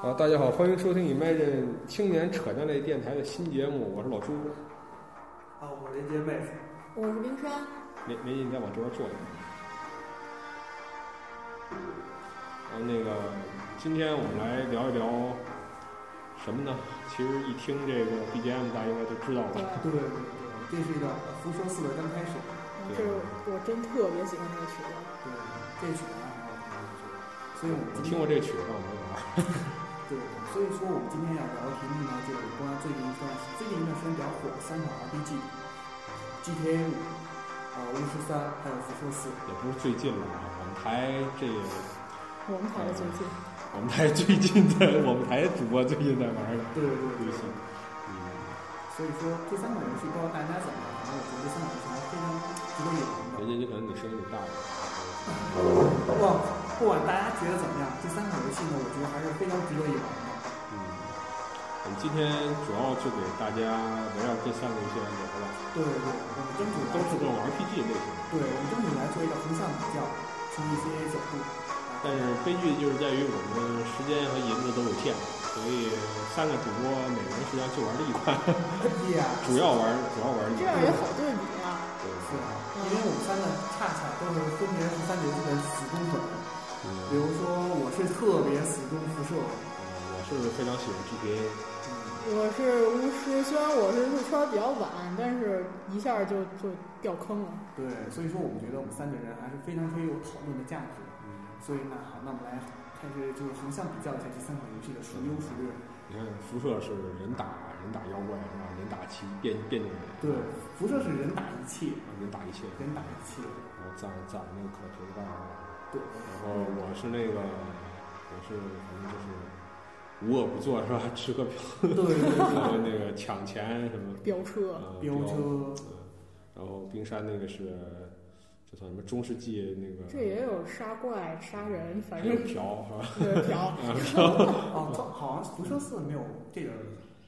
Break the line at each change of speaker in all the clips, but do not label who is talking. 啊，大家好，欢迎收听 Imagine 青年扯淡类电台的新节目，我是老朱。
啊，我连接妹子，
我是冰川，
没没你再往这边坐一点。啊，那个，今天我们来聊一聊什么呢？其实一听这个 BGM，大家应该就知道
对
了。，
对对对，这是一个呃《福说四》的刚开始，
嗯这是我真特别喜欢这个曲子，
对，这曲子啊，很好听，所以我们
你听
今天
过这个曲子吗？没有啊？
对，所以说我们今天要聊的题目呢，就是关于最近一段最近一段时间比较火的三款 RPG，GTA 五、呃巫师三，还有《福说四》。
也不是最近了啊，我们台这个，
我们台的最近，
我们台最近在，我们台主播最近在玩的
对对对
游
对
戏。嗯，
所以说这三款游戏不知道大家怎么样，反正我觉得这三款游戏还是非常值得一玩的。
人家你可能你声音得大一点。
不管不管大家觉得怎么样，这三款游戏呢，我觉得还是非常值得一玩的。
嗯，我们今天主要就给大家围绕这三个游戏来聊了，
对对对，我们争取
都是这种 RPG 类型的。
对，我们争取来做一个横向比较，从一些角度。
但是悲剧就是在于我们时间和银子都有限，所以三个主播每个人实际上就玩了一款，
对呀，
主要玩主要玩一
这
款
样。也好对比啊。
对
是的，因为我们三个恰恰都是分别是三游戏的死忠粉。比
嗯，
如说，我是特别死忠辐射，
我是非常喜欢 GTA，
嗯，
我是巫师，虽然我是入圈比较晚，但是一下就就掉坑了。
对，所以说我们觉得我们三个人还是非常可以有讨论的价值。所以那好，那我们来开始就是横向比较一下这三款游戏的孰优孰劣。
你看辐射是人打人打妖怪是吧？人打奇变变种人，
对，辐射是人打一切，
人打一切，
人打一切。
然后攒攒那个可皮蛋了。
对，
然后我是那个，我是反正就是无恶不作是吧？ 吃个嫖，
对对对，
然后 那个抢钱什么，
飙车，
呃
飙，车，
嗯然后冰山那个是这算什么中世纪那个，
这也有杀怪、杀人，反
还有
正
嫖是吧？
对嫖。
哦，这好像辐射四没有这个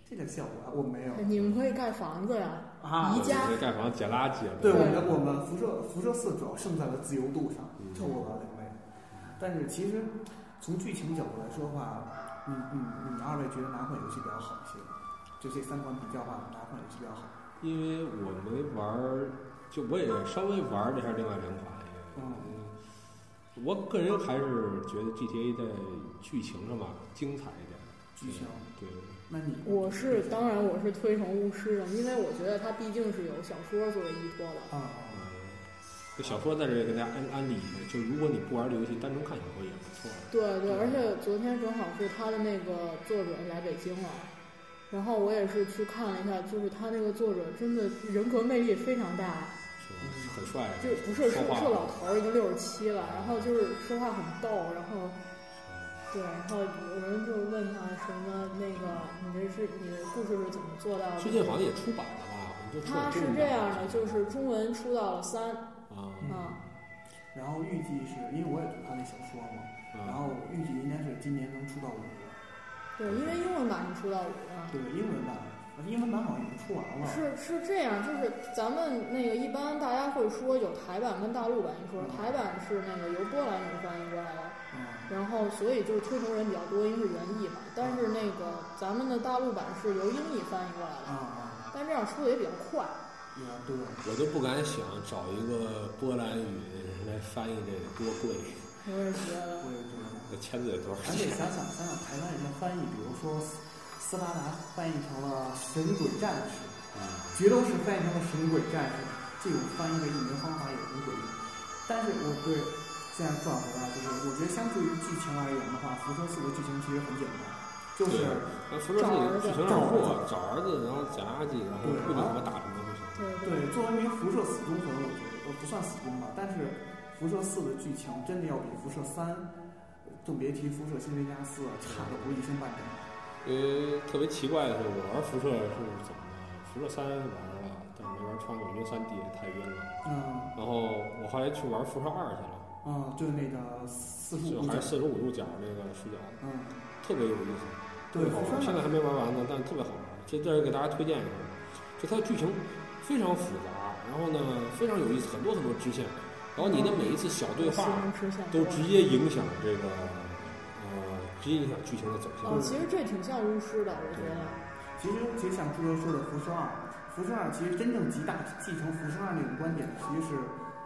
这个效果，啊我没有
你们可以盖房子呀，
啊
宜。家
这盖房捡垃圾，
对，我
吧
们我们辐射辐射四主要胜在了自由度上
嗯，
这我完全没有。但是其实从剧情角度来说的话，你你你二位觉得哪款游戏比较好一些？就这三款比较的话，哪款游戏比较好？
因为我没玩儿，就我也稍微玩儿了一下另外两款。嗯，我个人还是觉得 GTA 在剧情上吧精彩一点。
剧情？
对，
那你
我是当然我是推崇巫师的，因为我觉得它毕竟是有小说作为依托的。
啊，
嗯，这小说在这里给大家安安利一下，就如果你不玩这游戏，单纯看小说也不错。啊
对对，而且昨天正好是他的那个作者来北京了，然后我也是去看了一下，就是他那个作者真的人格魅力非常大，
是吧？很帅，
嗯
啊
就不是是
说话
是老头儿，已经六十七了，然后就是说话很逗，然后对，然后有人就问他什么那个你这是你的故事是怎么做到
最
的？
近好像也出版了吧？我们就出
他
了
啊是
中文
这
版
样的，就是中文出到了三
啊
啊，
嗯然后预计是因为我也读他那小说嘛，然
啊，
后预计应该是今年能出到五个。
对，因为英文版是出到五了。
对，英文版，呃英文版好像已经出完了。
嗯
是是这样，就是咱们那个一般大家会说有台版跟大陆版一说，
嗯
台版是那个由波兰语翻译过来的，
嗯，
然后所以就是推崇人比较多，因为是原译嘛。但是那个咱们的大陆版是由英译翻译过来
啊
的，
啊，
但这样出的也比较快。
也对，
我就不敢想找一个波兰语来翻译这得多贵，
我也觉得
我也觉得。
那签字得多少
而且
钱？
想想想想台湾人的翻译，比如说斯斯巴达翻译成了神鬼战士，
嗯
决斗士翻译成了神鬼战士，这种翻译的译名方法也很诡异。但是我对现在转回来，啊就是我觉得相对于剧情而言的话，《辐射四》的剧情其实很简单，就是
那辐射
找儿
是
子
剧情有点弱，找儿子，然后捡垃圾，然后
对
不怎么打什么就行。
对对
对作为一名辐射死忠粉，我觉得呃不算死忠吧，但是辐射四的剧情真的要比辐射三，更别提辐射新维加斯了，差的不是一星半点。
因为特别奇怪的是，我玩辐射是怎么的？辐射三玩了，但是没玩穿过，因为三 D 也太晕了。
嗯
然后我后来去玩辐射二去了，
嗯，就是那个四十
就
五
还是四十五度角那个视角，
嗯，
特别有意思。
对，
特别好玩
辐
现
射
在还没玩完呢，但特别好玩。这这儿给大家推荐一下，就它的剧情非常复杂，然后呢非常有意思，很多很多支线，然后你的每一次小对
对，
话
吃相
都直接影响这个呃直接影响剧情的走向。
哦，其实这挺像巫师的，我觉得。
其实，其实像朱哲说的《辐射二》，《辐射二》其实真正极大继承《辐射二》那种观点，其实是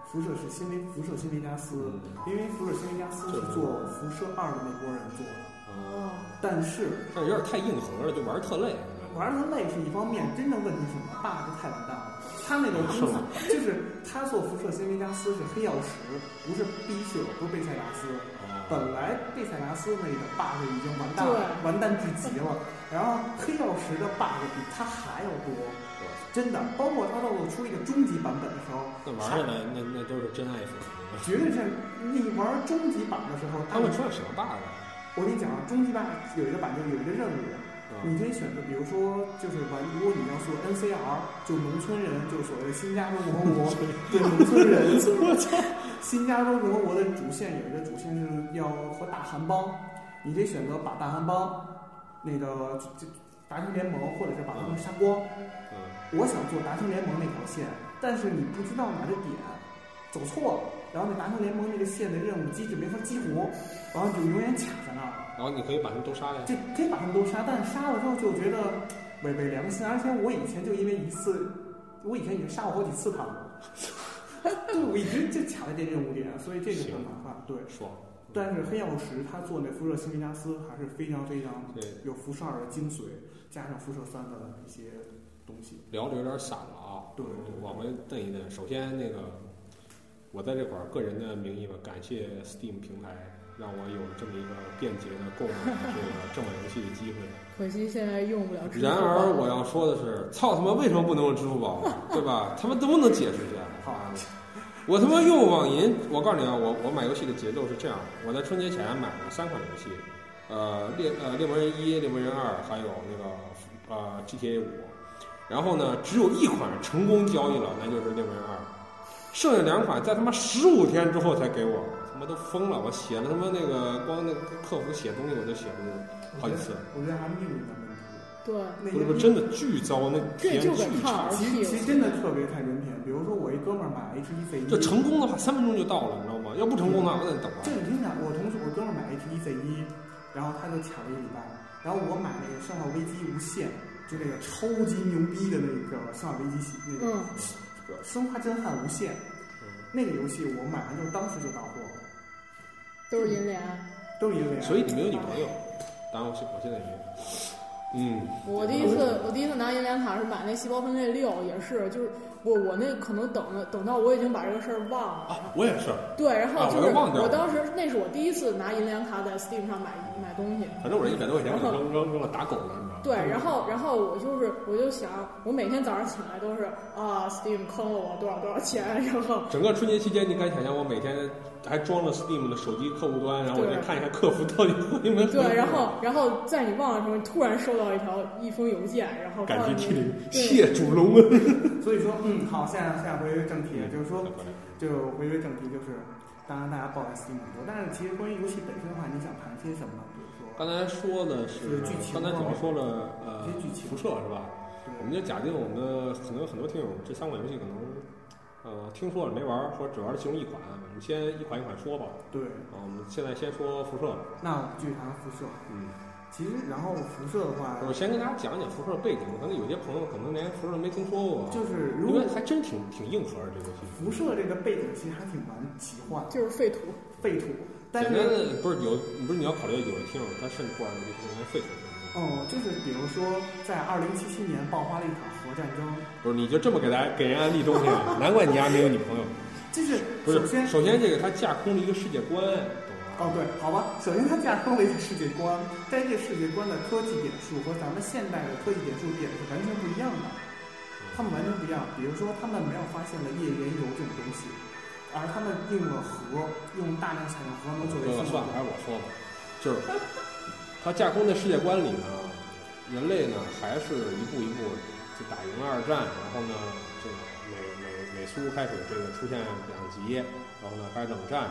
辐射是新维辐射新维加斯，
嗯
因为辐射新维加斯是做《辐射二》的那波人做的，
呃
哦，
但是
但是有点太硬核了，就玩儿特累。
玩儿它累是一方面，真正问题是什么？bug 太完蛋了。他那个
是吗
就是他做辐射新维加斯是黑曜石，不是碧血，不是贝塞达斯。本来贝塞达斯那个 bug 已经完蛋了，
对
完蛋至极了。然后黑曜石的 bug 比它还要多，真的。包括它到了出一个终极版本的时候，
那玩儿下来，那那都是真爱粉。
绝对是你玩终极版的时候，
哎他们出了什么 bug？
我跟你讲啊，终极版有一个版就有一个任务，你可以选择，比如说就是玩，如果你要做 NCR，就农村人，就是所谓的新加州共和国对农村人，新加州共和国的主线有一个主线是要和大韩帮，你可以选择把大韩帮那个就就达成联盟，或者是把他们杀光。
嗯，
我想做达成联盟那条线，但是你不知道哪个点走错了，然后那达成联盟那个线的任务机制没法激活，然后你就永远卡在那儿了。
然后你可以把他们都杀了呀。
这可以把他们都杀，但是杀了之后就觉得违背良心，而且我以前就因为一次，我以前已经杀过好几次他们了，对，我已经 就卡在这任务点，所以这个很麻烦。对，
爽。
但是黑曜石他做那辐射新维加斯还是非常非常
对，
有辐射二的精髓，加上辐射三的一些东西。
聊的有点散了啊。
对
往回瞪一瞪。首先，那个我在这块儿个人的名义吧，感谢 Steam 平台让我有这么一个便捷的购买这个正版游戏的机会。
可惜现在用不了支付宝。
然而我要说的是，操他妈，为什么不能用支付宝呢？对吧？他们能不能解释一下？
好
啊！我他妈用网银，我告诉你啊，我我买游戏的节奏是这样：我在春节前买了三款游戏，呃，猎呃猎魔人一、猎魔人二，还有那个呃 GTA 五。然后呢，只有一款成功交易了，那就是猎魔人二，剩下两款在他妈十五天之后才给我，他妈都疯了！我写了他妈那个光那个客服写东西我就写不好几次。
我觉得还是命运的问题。
对，
那
不是不是，
个
真的巨糟，那体
这
验
就
巨
给看
差。
儿
其
戏
实其实
了
真的特别看人品。比如说我一哥们儿买 H 一 Z 一，
这成功的话，三分钟就到了，你知道吗？要不成功的话，我得等
这
啊。
你听讲，我同事我哥们儿买 H 一 Z 一，然后他就卡了一个礼拜，然后我买那个《生化危机无限》，就那个超级牛逼的那个《生化危机》系那个
嗯，
《生化震撼无限》那个游戏，我买完之后当时就到货了，
都是银联。
都是因为
所以你没有女朋友，当然我现我现在也没有。嗯，
我第一次，我第一次拿银联卡是买那细胞分裂六，也是，就是我我那可能等了等到我已经把这个事儿忘了。
啊，我也是，
对，然
啊
后就
我
是、
都忘掉了
我当时那是我第一次拿银联卡在 Steam 上买买东西。
反正我这一百多块钱我就扔扔扔了打狗了，你知道吗？
对，然后然后我就是我就想，我每天早上起来都是啊，Steam 坑了我多少多少钱，然后
整个春节期间，你敢想象我每天还装了 Steam 的手机客户端，然后我再
对
看一下客服到底有没有
对，然后然后在你忘的时候，你突然收到一条一封邮件，然后
感
告诉
激
你
涕零，
对
谢主隆恩。
所以说，嗯，好，下下回正题，就是说，就回归正题，就是当然大家抱怨 Steam 很多，但是其实关于游戏本身的话，你想谈些什么呢？比如说，
刚才说的是
是剧，情
刚才主要说了呃
是剧情
辐射是吧？我们就假定我们的可能有很多听友这三款游戏可能呃听说了没玩儿，或者只玩了其中一款，我们先一款一款说吧。
对，
啊，我们现在先说辐射，
那我们继续谈辐射。
嗯，
其实，然后辐射的话，
我先跟大家讲讲辐射的背景，可能有些朋友可能连辐射没听说过，
就是如
因
果
为还真挺挺硬核的这个游戏。
辐射这个背景其实还挺蛮奇幻、
就是废土。
废土，但
简
是
单的不是有，不是你要考虑有的听友他甚至不玩游戏，他连废土
哦，就是比如说在二零七七年爆发了一场核战争，
不是，你就这么给大家给人安利东西啊？难怪你还没有女朋友。
就是
不
首
是，
先
首先这个它架空了一个世界观，懂吗？
哦对，好吧，首先它架空了一个世界观，但是这世界观的科技点数和咱们现代的科技点数点是完全不一样的，他们完全不一样。比如说他们没有发现了页岩油这种东西，而他们用了核，用大量采用核能作为
哥哥
生
算嗯了，还
产
是我说 吧，就是它架空的世界观里呢，人类呢还是一步一步就打赢了二战，然后呢，这个美美美苏开始这个出现两极，然后呢开始冷战。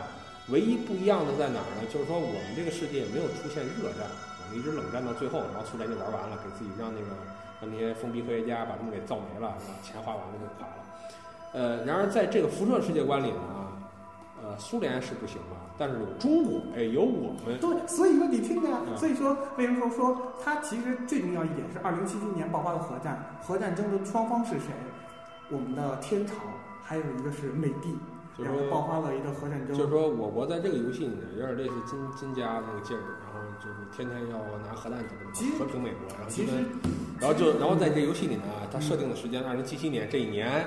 唯一不一样的在哪儿呢？就是说我们这个世界没有出现热战，我们一直冷战到最后，然后苏联就玩完了，给自己让那个让那些疯逼科学家把他们给造没了，然后钱花完了就垮了。呃，然而在这个辐射世界观里呢，呃，呃，苏联是不行吧，但是有中国，哎，有我们，
对，所以说你听着呀，
嗯
所以说为什么说说它其实最重要一点是二零七七年爆发的核战，核战争的双方是谁？我们的天朝，还有一个是美帝，
就是
然后
说
爆发了一个核战争
就。是说我国在这个游戏里面有点类似金金家那个劲儿，然后就是天天要拿核弹
其实
和平美国，然后就
其实
跟，然后就然后在这游戏里呢，它设定的时间二零七七年这一年，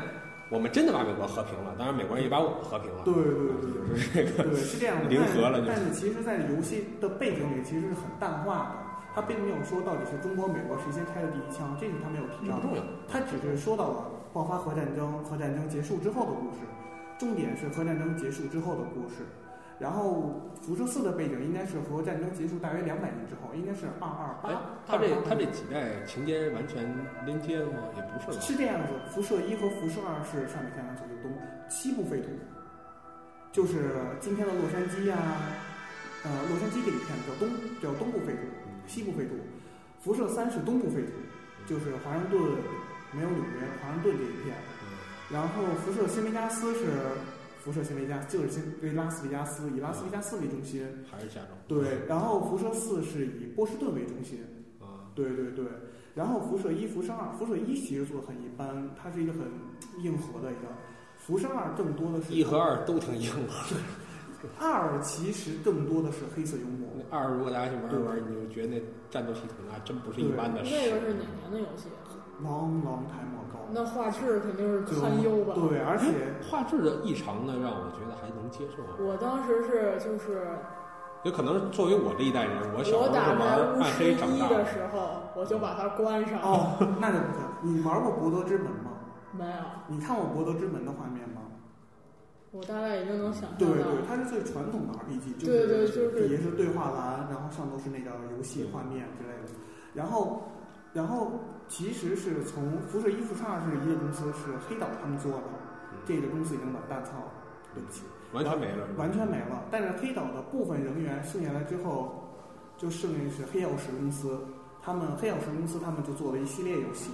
我们真的把美国和平了，当然美国人也把我们和平了，
对对对对
对，就是这个，
对，是这样的，
零和了就
但是但是其实，在游戏的背景里，其实是很淡化的。他并没有说到底是中国、美国谁先开的第一枪，这个他没有提到
不。重要，
他只是说到了爆发核战争、核战争结束之后的故事，重点是核战争结束之后的故事。然后辐射四的背景应该是核战争结束大约两百年之后，应该是二二
哎
八。，
他这他这几代情节完全连接吗？也不是吧，
是这样子，辐射一和辐射二是上北下南左右东西部废土，就是今天的洛杉矶呀、呃，洛杉矶这一片叫东叫东部废土，西部废土。辐射三是东部废土，就是华盛顿没有纽约，华盛顿这一片。然后辐射新维加斯是辐射新维加斯，就是新对拉斯维加斯，以拉斯维加斯为中心。
嗯还是加州，
对，然后辐射四是以波士顿为中心。
啊，
对对对，然后辐射一、辐射二，辐射一其实做的很一般，它是一个很硬核的一个。辐射二更多的是
一和二都挺硬核，
二其实更多的是黑色幽默。
那二如果大家去玩一玩，你就觉得那战斗系统啊，真不是一般的，
那个是哪年的游戏？啊
long long time ago，
那画质肯定是堪忧吧？
对，而且
画质的异常呢，让我觉得还能接受。
我当时是就是
也可能作为我这一代人，我小时候
我
是
打
玩
在巫
暗
师
黑长
一
大
的时候，我就把它关上。
哦，那就不对。你玩过《博德之门》吗？
没有，
你看过《博德之门》的画面吗？
我大概已经能想象
对
到。
对，它是最传统的 RPG，就是
对对就是
底下是对话栏，然后上头是那个游戏画面之类的。然后，然后其实是从辐射一、辐射二是一个公司，是黑岛他们做的，
嗯
这个公司已经完蛋操了，对不起，
完全没了，
完全没了。但是黑岛的部分人员剩下来之后，就剩下是黑曜石公司，他们黑曜石公司他们就做了一系列游戏，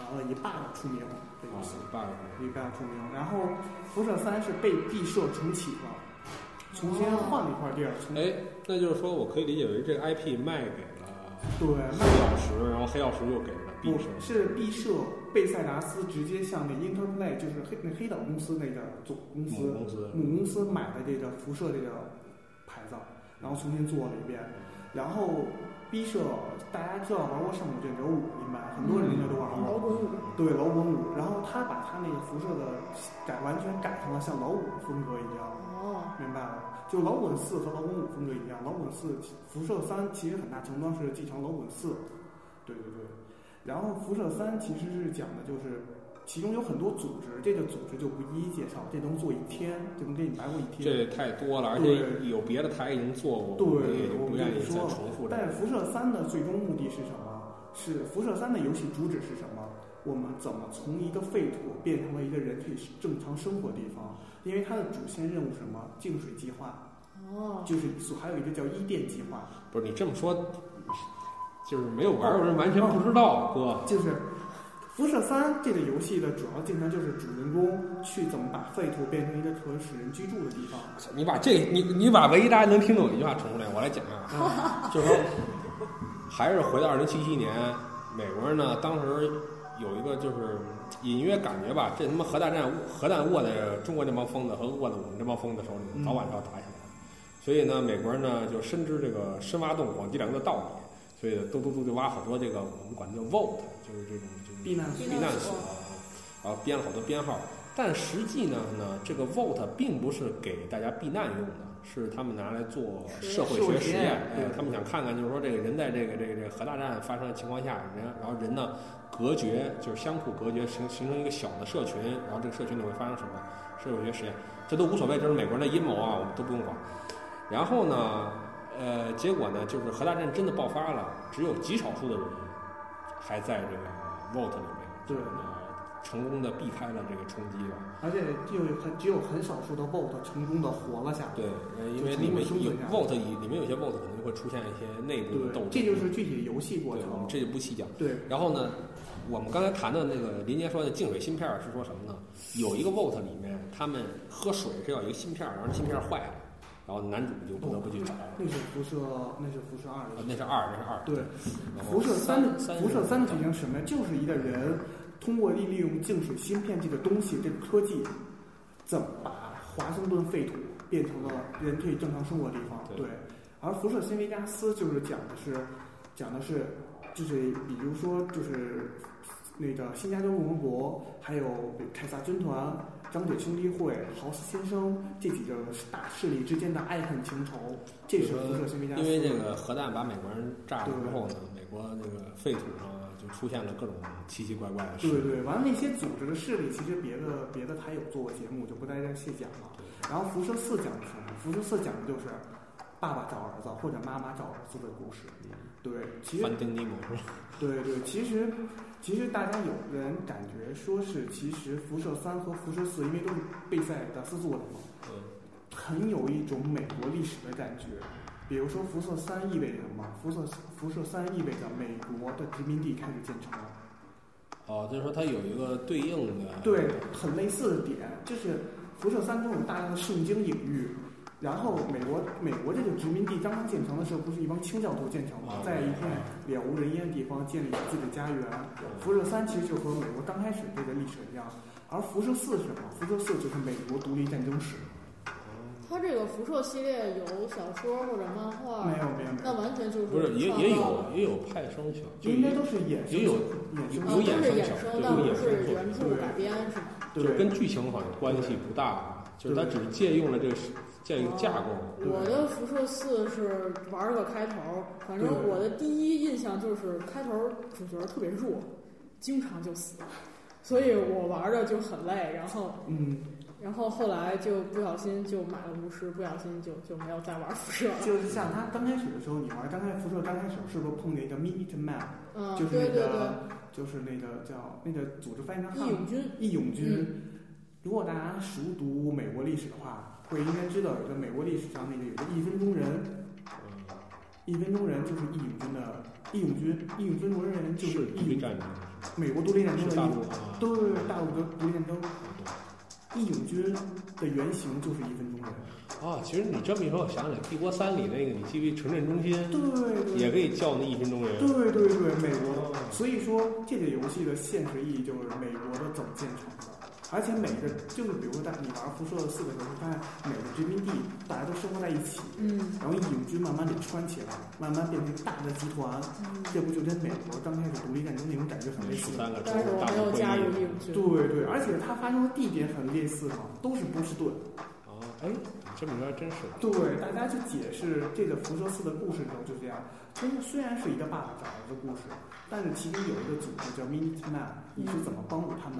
完了以 bug 出名的游
啊
戏。，
哦
罢了。
一般出名。然后辐射三是被地设重启了，重新换了一块地儿，重
哎，那就是说我可以理解为这个 IP 卖给了黑
对，
曜石，然后黑曜石又给了 B
哎不
社。
是毕设贝塞达斯直接向那 Interplay，就是黑那黑岛公司那个总公司
母公司，
母公司买的这个辐射这个牌子，然后重新做了一遍，然后。毕设，大家知道玩过《上古卷轴五》明白？很多人应该都玩过。
老滚五，
嗯
对老滚五，然后他把他那个辐射的改完全改成了像老五的风格一样。
哦，
明白了，就老滚四和老滚五风格一样，老滚四辐射三其实很大程度上是继承老滚四，对对对。然后辐射三其实是讲的就是，其中有很多组织，这个组织就不一一介绍，这能做一天，就能给你白过一天。
这太多了，而
对
且有别的台已经做过，
对
我们也就
我
不
们
愿
就
意
不
再
说了
重复这
但
个。
是辐射三的最终目的是什么？是辐射三的游戏主旨是什么？我们怎么从一个废土变成了一个人可以正常生活的地方？因为它的主线任务是什么？净水计划，
哦，
就是所还有一个叫伊甸计划。
不是你这么说，就是没有玩过人完全不知道，哥。
就是《辐射三》这个游戏的主要竞争就是主人公去怎么把废土变成一个可使人居住的地方。
你把这你你把唯一大家能听懂的一句话重复来，我来讲一 下。
啊，
就是说，还是回到二零七七年，美国人呢当时有一个就是隐约感觉吧，这他妈核大战核弹握在中国这帮疯子和握在我们这帮疯子手里，
嗯
早晚是要打起来的。所以呢，美国人呢就深知这个深挖洞广积粮的道理，所以嘟嘟嘟就挖好多这个我们管叫 vault，就是这种就是
避难
避
避难
难
所
所，
然啊后编了好多编号。但实际呢呢，这个 vote 并不是给大家避难用的，是他们拿来做社会学实
实验
验。哎
对，
他们想看看，就是说这个人在这个这个这个核大战发生的情况下，人然后人呢隔绝，就是相互隔绝，形形成一个小的社群，然后这个社群里会发生什么社会学实验，这都无所谓，这是美国人的阴谋啊，我们都不用管。然后呢，呃，结果呢，就是核大战真的爆发了，只有极少数的人还在这个 vote 里面，
对
呃，成功的避开了这个冲击吧。
而且就有很只有很少数的 VOT 成功的活了下来。
对，呃因
就
为
成
里
功
面
生
有
存下来
vote 里里面有些 vote 可能会出现一些内部的斗
对，
争，
这就是具体游戏
对啊
过程
我们。这就不细讲。
对，
然后呢，我们刚才谈的那个林杰说的净水芯片儿是说什么呢？有一个 VOT 里面，他们喝水是要有一个芯片儿，然后芯片儿坏了，然后男主就不得不去找。
那是辐射，那是辐射二
呃
的。
那是二，那是二。
对，
然后
辐射三的
三
辐射三的剧
是
情是什么呀？就是一个人通过利用净水芯片这个东西，这个科技，怎么把华盛顿废土变成了人可以正常生活的地方？
对
对。而辐射新维加斯就是讲的是，讲的是，就是比如说就是那个新加州共和国，还有凯撒军团、张嘴兄弟会、豪斯先生这几个大势力之间的爱恨情仇，这是辐射新维加斯。
因为这个核弹把美国人炸了之后呢，美国那个废土上啊就出现了各种奇奇怪怪的事。
对对，完了那些组织的势力，其实别的别的台有做过节目，我就不在这儿细讲了。然后辐射四讲的是什么？辐射四讲的就是爸爸找儿子或者妈妈找儿子的故事。对，其实
翻丁尼姆是吧？
对对，其实其实大家有人感觉说是，其实辐射三和辐射四因为都是贝塞尔达斯做的嘛，
嗯，
很有一种美国历史的感觉。比如说辐射三意味着什么？辐射辐射三意味着美国的殖民地开始建成了。
哦，就是说它有一个对应的
对，很类似的点，就是辐射三中有大量的圣经隐喻。然后美国美国这个殖民地刚刚建成的时候，不是一帮清教徒建成吗
啊？
在一片了无人烟的地方建立自己的家园。辐射三其实就和美国刚开始这个历史一样，而辐射四是什么？辐射四就是美国独立战争史。
它这个辐射系列有小说或者漫画，
没有没有没
哦那
有，
完全就是
不是也
创
也
造
有
了
也有派生学，就
应该都是衍生
也有
衍生
啊，
有
都
的
是
衍生
衍
小
生，
对
但
有
呃
衍生
不是
作
原
品
著改编是吗？
就是
对
跟剧情好像关系不大，啊就是它只是借用了这个这个架构。嗯
对
哦我的辐射四是玩儿个开头，反正
对
我的第一印象就是开头主角特别弱，经常就死，所以我玩的就很累。然后，
嗯，
然后后来就不小心就买了巫师，不小心就就没有再玩辐射了。
就是像他刚开始的时候，你玩刚开始辐射刚开始是不是碰见一个 Minute Man？
嗯，
就是
对
那
对
个
对，
就是那个叫那个组织翻译成
义
汉
勇嗯军
义勇军。如果大家熟读美国历史的话，会应该知道有一个美国历史上那个有个一分钟人，
嗯
一分钟人就是义勇军的义勇军，义勇军文人就是
是
义
一
勇
战争，
美国独立战争
是
的
大
义
陆啊。
对对对，大陆的独立战争，义勇军的原型就是一分钟人。
啊，其实你这么一说，我想起来，《帝国三》里那个，你记不记得城镇中心
对对
也可以叫那一分钟人？嗯
对对对，美国。所以说，这个游戏的现实意义就是美国的总建成的，而且每个就是比如说，在你玩辐射四的时候，你发现每个殖民地大家都生活在一起，
嗯
然后义勇军慢慢给穿起来，慢慢变成大的集团，
嗯，
这不就跟美国刚开始独立战争那种感觉很类似
十
吗？
三个州
但是我
大
没
陆
有
会
加入
议。
义勇军。
对对，而且它发生的地点很类似嘛，都是波士顿。
啊，哎，你这么一说还真是。
对，大家去解释这个辐射四的故事的时候就这样。其实虽然是一个爸爸找儿子故事，但是其中有一个组织叫 Minute Man，你是怎么帮助他们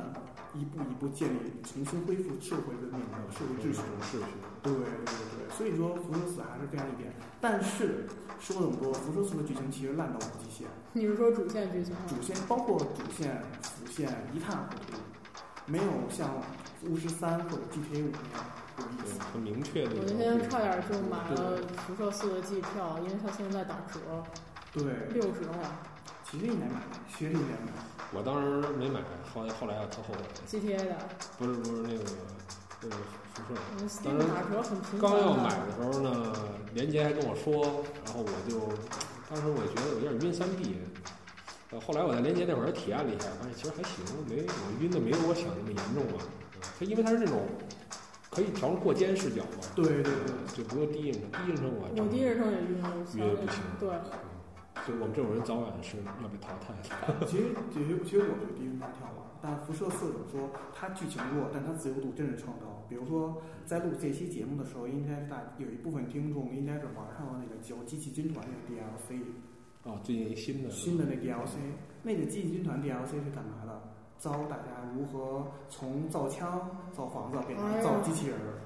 一步一步建立、重新恢复社会文明的社会秩序？
秩序。
对对对，所以说辐射四还是非常一点。但是说了这么多，辐射四的剧情其实烂到无极限，
你是说主线剧情吗？
主线包括主线、辅线一塌糊涂，没有像巫师三或者 GTA 五那样有意
对
思。
很明确的。
我那天差点就买了辐射四的季票，因为它现在打折，
对，
六折呀
其实应该买，其实应该买。
我当时没买，后来后来啊，特后悔。
，GTA 的。
不是不是那个，那个辐射。
嗯，Steam 打折很频繁的。
刚要买的时候呢，连杰还跟我说，然后我就，当时我觉得有点晕三 B，呃，后来我在连杰那会儿体验了一下，发现其实还行，没我晕的没有我想那么严重啊。它因为它是那种可以调过肩视角嘛，
对对对。
就不用低映成，低映成我还
我
长
第一人称也晕了，我
晕
想
也不行，
对，
就我们这种人早晚是要被淘汰的。
其实，其实，其实我觉得《低音大跳》吧，但辐射四怎么说？它剧情弱，但它自由度真是超高。比如说，在录这期节目的时候，应该是大有一部分听众应该是玩上了那个叫《机器军团》那个 DLC，
啊，最近新的
新的那 DLC，那个《机器军团》DLC 是干嘛的？教大家如何从造枪、造房子变成造机器人儿，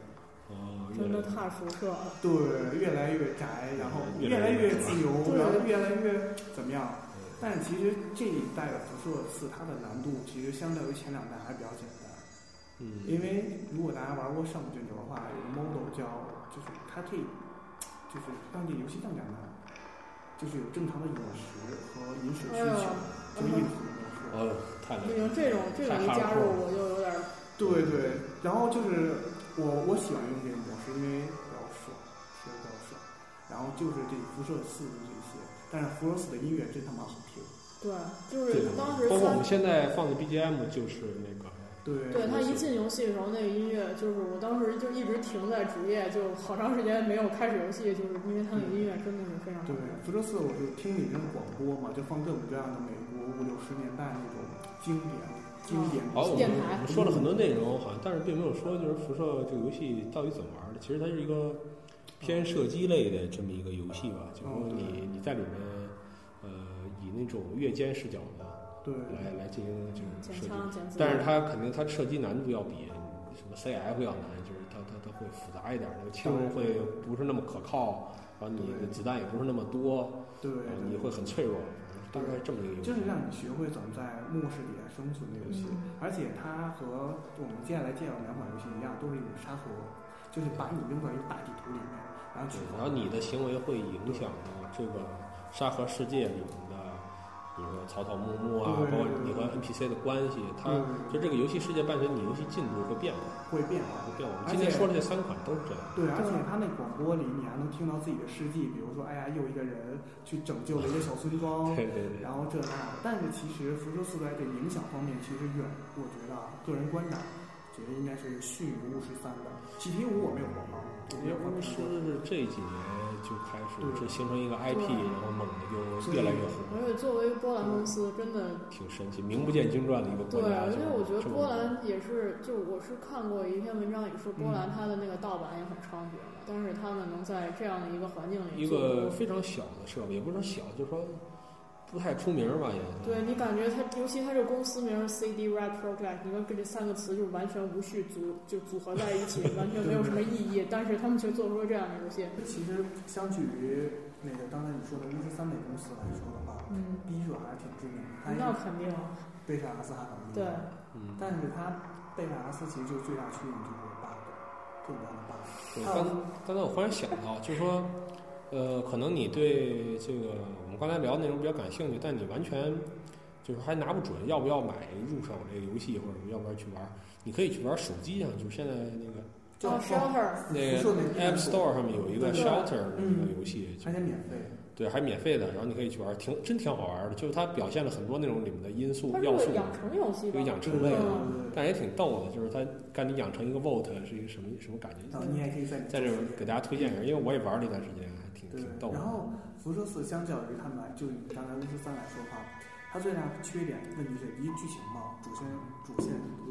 啊，越
真
来
的
越
太辐射了。
对，越来越宅，然后
越
越
来
来
越
越自由，
对
然后越来越怎么样？
嗯
但是其实这一代的辐射四，它的难度其实相对于前两代还比较简单，
嗯
因为如果大家玩过上古卷轴的话，有个 model 叫就是它可以就是让这游戏更简单，就是有正常的饮食和饮水需
哎呦
求，就是
嗯
硬核模式。
哦，太
不
累了。
行，这种这种一
太
加
hardcore
入
了
我就有点儿
对对，然后就是我我喜欢用这个模式，因为比较爽，确实比较爽。然后就是这辐射四的这些，但是辐射四的音乐真他妈好听。
对，就
对
是当时
包括我们
他
现在放的 BGM 就是那个，
对
对他一进游戏的时候，那个音乐就是我当时就一直停在主页，就好长时间没有开始游戏，就是因为他那
嗯
个音乐真的是非常好
对。，辐射四我就听里面的广播嘛，就放各种各样的美国五六十年代那种经典经典
哦
嗯
好，我
电
们
台
我们说了很多内容，好像但是并没有说就是辐射这个游戏到底怎么玩的。其实它是一个
嗯
偏射击类的这么一个游戏吧，就是
哦
说你你在里面，呃，以那种越肩视角的
对
来来进行这种
捡
射击，
枪捡子弹，
但是它肯定它射击难度要比什么 CF 要难，就是它它它会复杂一点，那个枪
对
会不是那么可靠，然后你的
对
子弹也不是那么多，
对
然啊后你会很脆弱，大概这么一个游戏。
就是让你学会怎么在末世里生存的游戏。
嗯
而且它和我们接下来介绍的两款游戏一样，都是一种沙盒，就是把你扔到一个大地图里面，然后去
对
玩。
然后你的行为会影响到这个沙盒世界里面的，比如说草草木木啊，
对
包括你和 NPC 的关系，它
嗯
就这个游戏世界伴随你游戏进度会变化，
会变化。
会变化。我们
而
今天
且
说的这三款都是这样。
对，而且他那广播里，你还能听到自己的事迹，比如说，哎呀，又一个人去拯救了一个小村庄，
对对对，
然后这那的。但是其实《辐射四》在这影响方面，其实远，我觉得啊个人观察，觉得应该是逊于巫师三的。启迪五我没有玩过，我没
因
有
为
玩过
巫师是这几年就开始
对
是形成一个 IP，
对
然后猛的就
所以
越来越火，
而且作为波兰公司，真的
挺神奇，名不见经传的一个
对，
国家。
而
就
且我觉得
这么
波兰也是，就我是看过一篇文章，也说波兰
嗯
它的那个盗版也很猖獗嘛，但是他们能在这样的一个环境里
一
做
个
出
非常小的社会，也不是说小，就是说不太出名吧，也算
对你感觉它，尤其它这公司名儿 CD Red Project，你们跟这三个词就完全无序组就组合在一起，完全没有什么意义，但是他们却做出了这样的游戏，
其实相距于那个刚才你说的巫师三那公司来说的话，
嗯，
第一者还是挺著名的，还
那
有
肯定哦
贝塔拉斯哈肯
对，
嗯。
但是它贝塔拉斯其实就是最大缺点就是 bug，各种各样的 bug。
对，
啊
刚刚才我忽然想到，就是说，呃，可能你对这个我们刚才聊的内容比较感兴趣，但你完全就是还拿不准要不要买入手这个游戏，或者要不要去玩儿。你可以去玩手机上，就是现在那个
就
哦
是
，Shelter，
那
说
个
那
App Store 上面有一个
对
Shelter 的一
嗯
个游戏，就
而且免费，
对，还免费的，然后你可以去玩儿，挺真挺好玩儿的。就是它表现了很多那种里面的因素
它是
要素
个，养成游戏
有
吧？
养
对
成类
对
的，
对
但也挺逗的。就是它让你养成一个 Vote 是一个什么什么感觉？
然后你也可以在
在这儿给大家推荐一下，因为我也玩了一段时间，还挺
对
挺逗。的。
然后辐射四相较于他们来，就你刚才巫师三来说的话，它最大的缺点问题是一剧情嘛，主线主线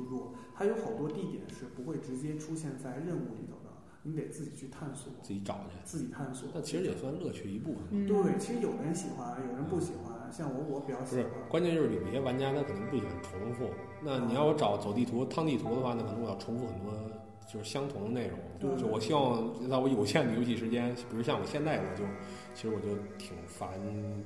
弱，它有好多地点是不会直接出现在任务里头的，你得自己去探索，
自己找去，
自己探索。
但其实也算乐趣一部分。
嗯，
对，其实有的人喜欢，有人不喜欢。像我，我比较
不
喜
是
欢。，
关键就是有一些玩家他可能不喜欢重复。那你要我找走地图、趟地图的话，那可能我要重复很多就是相同的内容。
对
就我希望在我有限的游戏时间，比如像我现在，我就其实我就挺烦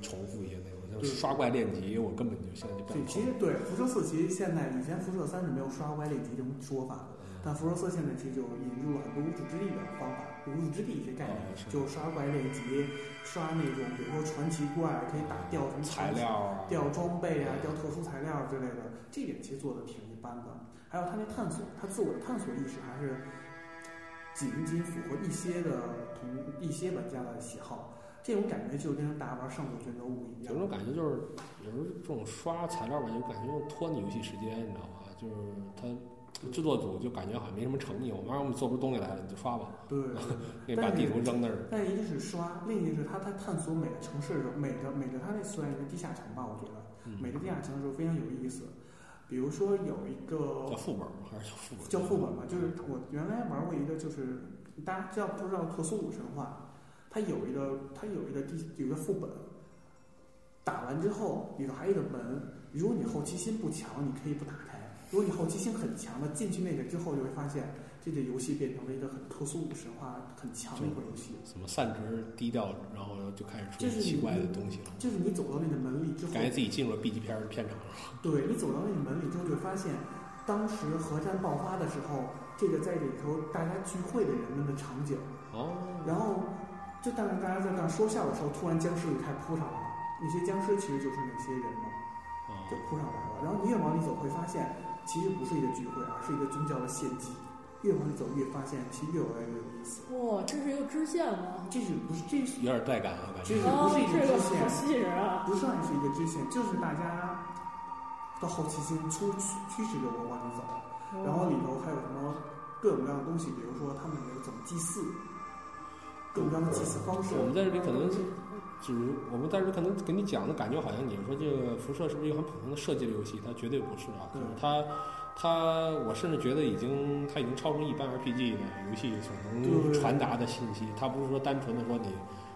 重复一些内容，像
对
刷怪练级，我根本就现在就不
对，
想
其
碰
实。对辐射四，其实现在以前辐射三是没有刷歪类级这种说法的，但辐射四现在其实就引入了很多无主之地的方法，无主之地一些概念，
哦是
就刷怪类级，刷那种比如说传奇怪，可以打掉什么
材、料啊，
掉装备啊、掉特殊材料之类的，这点其实做的挺一般的。还有他那探索，他自我的探索意识还是仅仅符合一些的同一些玩家的喜好，这种感觉就跟大家玩上古卷轴五一样
有。种感觉就是，有时候这种刷材料吧，就感觉就拖你游戏时间，你知道吧？就是他制作组就感觉好像没什么诚意，我们让我们做出东西来了，你就刷吧，
对对对。
给把
但是
地图扔那儿。
但一个是刷，另一个是他他探索每个城市的时候，每个每个他那算一个地下城吧，我觉得
嗯
每个地下城的时候非常有意思。比如说有一个
叫副本吗？还是叫副本？
叫副本吧，就是我原来玩过一个，就是大家知道不知道特苏鲁神话，它有一个它有一个地有一个副本，打完之后里头还有一个门，如果你好奇心不强，你可以不打开；如果你好奇心很强的进去那个之后，就会发现这个游戏变成了一个很特苏鲁神话很强的一款游戏。
什么散值低调，然后就开始出
这是
现
你
奇怪的东西了，
就是你走到那个门里之后，
感觉自己进入了 B 级片儿片场了。
对你走到那个门里之后，就会发现当时核战爆发的时候，这个在里头大家聚会的人们的场景。
哦，
然后，就但是大家在那儿说笑的时候，突然僵尸就开始扑上来了。那些僵尸其实就是那些人嘛，
哦，
就扑上来了。然后你越往里走，会发现其实不是一个聚会，而是一个宗教的献祭。越往里走，越发现其实越玩越有意思。
哇，这是一个支线吗？
这是不是这是
有点带感啊，感
这
觉
是不
哦
是一，
这
个
个
支
好
线？
吸引人啊！
不算是一个支线，就是大家的好奇心出驱驱使着我往里走。然后里头还有什么各种各样的东西，比如说他们有怎么祭祀，各种各样的祭祀方式。
我们在这里可能是只我们在这里可能给你讲的感觉好像你说这个辐射是不是一个很普通的射击类游戏？它绝对不是啊，
对
就是它它我甚至觉得已经它已经超出一般 RPG 的游戏所能
对
传达的信息，它不是说单纯的说你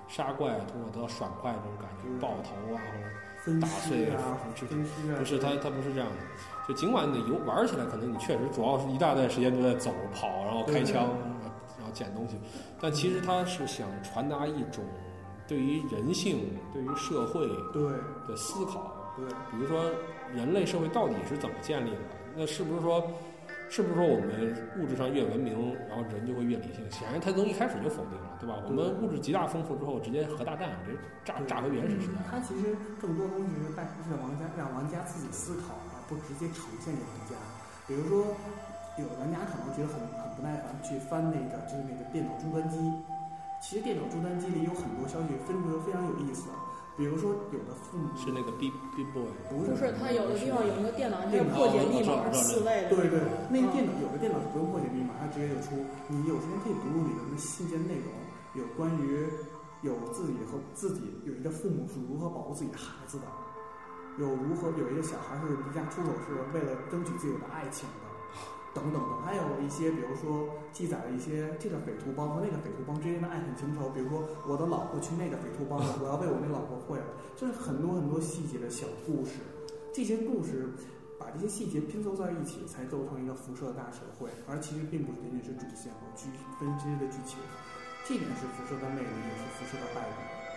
杀怪通过得到爽快这种感
对
觉，爆头啊或者。
分
打
尸
碎
啊，
分
分尸啊，
不是，它它不是这样的。就尽管你游玩起来，可能你确实主要是一大段时间都在走、跑，然后开枪，然后捡东西，但其实它是想传达一种对于人性、对于社会
对
的思考。
对
比如说，人类社会到底是怎么建立的？那是不是说，是不是说我们物质上越文明，然后人就会越理性？显然，它从一开始就否定了，对吧？我们物质极大丰富之后，直接核大战，直接炸
对
炸回原始时代。
它其实更多东西是带出让玩家让玩家自己思考，而不直接呈现给玩家。比如说，有的玩家可能觉得很很不耐烦，去翻那个就是那个电脑终端机。其实电脑终端机里有很多消息分布得非常有意思，比如说有的父母
是那个 B B boy，
不
不是，它有的地方有一个电脑，它
电
有
脑
破解
我
密
知道
码
我知道
四位的。
对对，那个电脑有的电脑是不用破解密码，它直接就出。你有时间可以读入里面的信件内容，有关于有自己和自己有一个父母是如何保护自己的孩子的，有如何有一个小孩是离家出走是为了争取自己的爱情的，等等等。还有一些比如说记载了一些这个匪徒帮和那个匪徒帮之间的爱恨情仇，比如说我的老婆去那个匪徒帮了，我要为我那老婆会了，就是很多很多细节的小故事。这些故事把这些细节拼凑在一起，才构成一个辐射大社会，而其实并不是仅仅是主线和剧分支的剧情。这点是辐射的魅力，也是辐射的败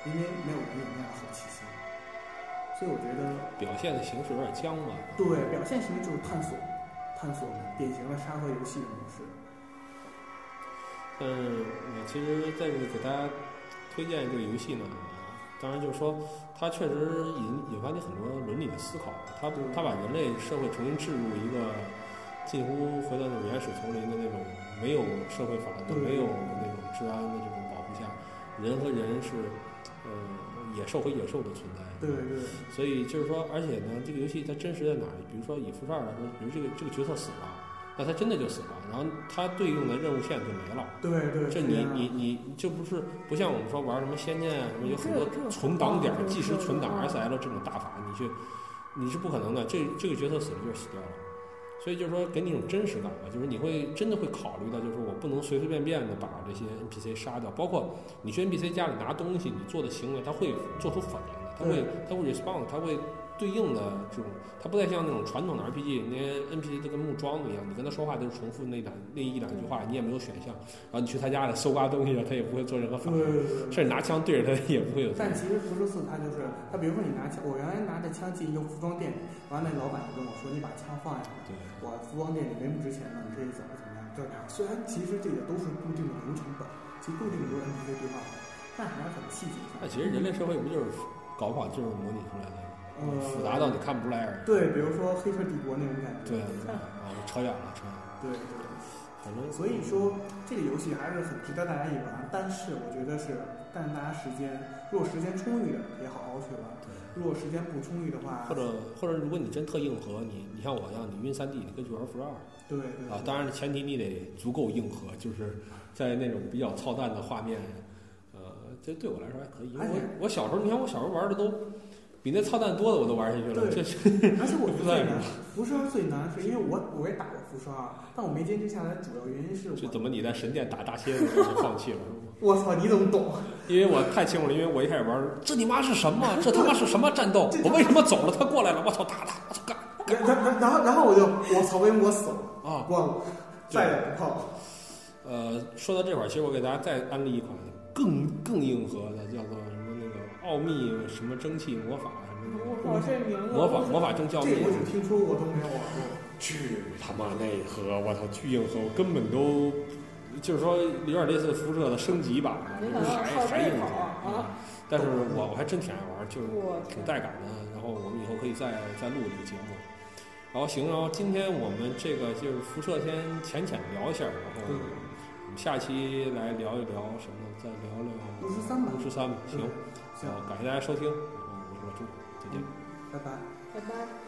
笔，因为没有人有那样的好奇心。所以我觉得，
表现的形式有点僵吧。
对表现形式就是探索，探索典型的沙盒游戏的模式。
但是我其实在这里给大家推荐这个游戏呢，当然就是说，它确实引引发你很多伦理的思考。啊它
对
它把人类社会重新置入一个近乎回到那种原始丛林的那种没有社会法的、
对
没有那种治安的这种保护下，人和人是呃野兽和野兽的存在。
对对
所以就是说，而且呢，这个游戏它真实在哪里？比如说以辐射二来说，比如这个这个角色死了，那他真的就死了，然后他对应的任务线就没了。
对对，
这
是啊
你
样的
你你这不是不像我们说玩什么仙剑啊什么有很多
这这
存档点
这、
即时存档
这
SL 这种大法，你去你是不可能的。这这个角色死了就是死掉了，所以就是说给你一种真实感吧，就是你会真的会考虑到，就是我不能随随便便的把这些 NPC 杀掉，包括你去 NPC 家里拿东西，你做的行为，他会做出反应的，他会他会 respond，他会。对应的这种，它不再像那种传统的 RPG，那些 NPC 都跟木桩子一样，你跟他说话都是重复那两那一两句话，你也没有选项。然后你去他家里搜刮东西了，他也不会做任何反
对
应，
对对对。
甚至拿枪对着他 也不会有反
但
应。
其实辐射四它就是，它比如说你拿枪，我原来拿着枪进一个服装店里，完了那老板就跟我说你把枪放下来。
对，
我服装店里没不值钱的，你可以怎么怎么样，这那。虽然其实这个都是固定的流程本，其实固定的都是 NPC 对话本，但还是很细节
那。
化
其实人类社会不就是搞不好就是模拟出来
呃
的，复杂到你看不出来而已。
对，比如说《黑客帝国》那种感觉。
对，啊，我扯远了，扯远了。
对对，
反正
所以说这个游戏还是很值得大家一玩，但是我觉得是，但是大家时间，如果时间充裕的，可以好好去玩；
对
如果时间不充裕的话，
或者或者如果你真特硬核，你你像我一样，你晕三 D，你可以去玩辐二
对对
啊。当然前提你得足够硬核，就是在那种比较操蛋的画面，呃，这对我来说还可以，因为
而且
我我小时候，你看我小时候玩的都比那操蛋多的我都玩下去了，
对
这
而且我觉得最
不在
难，辐射二最难是因为我我也打过辐射二，但我没坚持下来，主要原因是
这
我
怎么你在神殿打大蝎子我就放弃了？
我操，你怎么懂？
因为我太清楚了，因为我一开始玩儿，这你妈是什么？这他妈是什么战斗？我为什么走了？他过来了，我操，打他！我操，干
然然然然后然后我就我操，为什么我死了？
啊！
忘了，再也不碰了。
呃，说到这块儿，其实我给大家再安利一款更更硬核的，叫做什么那个奥秘什么蒸汽魔法什么
我靠，这名
的
字
魔法魔法蒸汽
这
奥秘
个，我只听说过，都没有玩过。
巨他妈内核，我操，巨硬核，我根本都就是说有点类似辐射的升级版吧，
没
就
想
是
到
还
靠
还硬
这口
核。
儿，啊！
但是我我还真挺爱玩，就是
我
挺
天，
带感的。然后我们以后可以再再录这个节目。然后行，然后今天我们这个就是辐射先浅浅聊一下，然后
对
我们下期来聊一聊什么呢？再聊聊
53吧嗯
五十三吧。行，
行，
好，感谢大家收听，然后我是老朱，再见。
拜拜。
拜拜。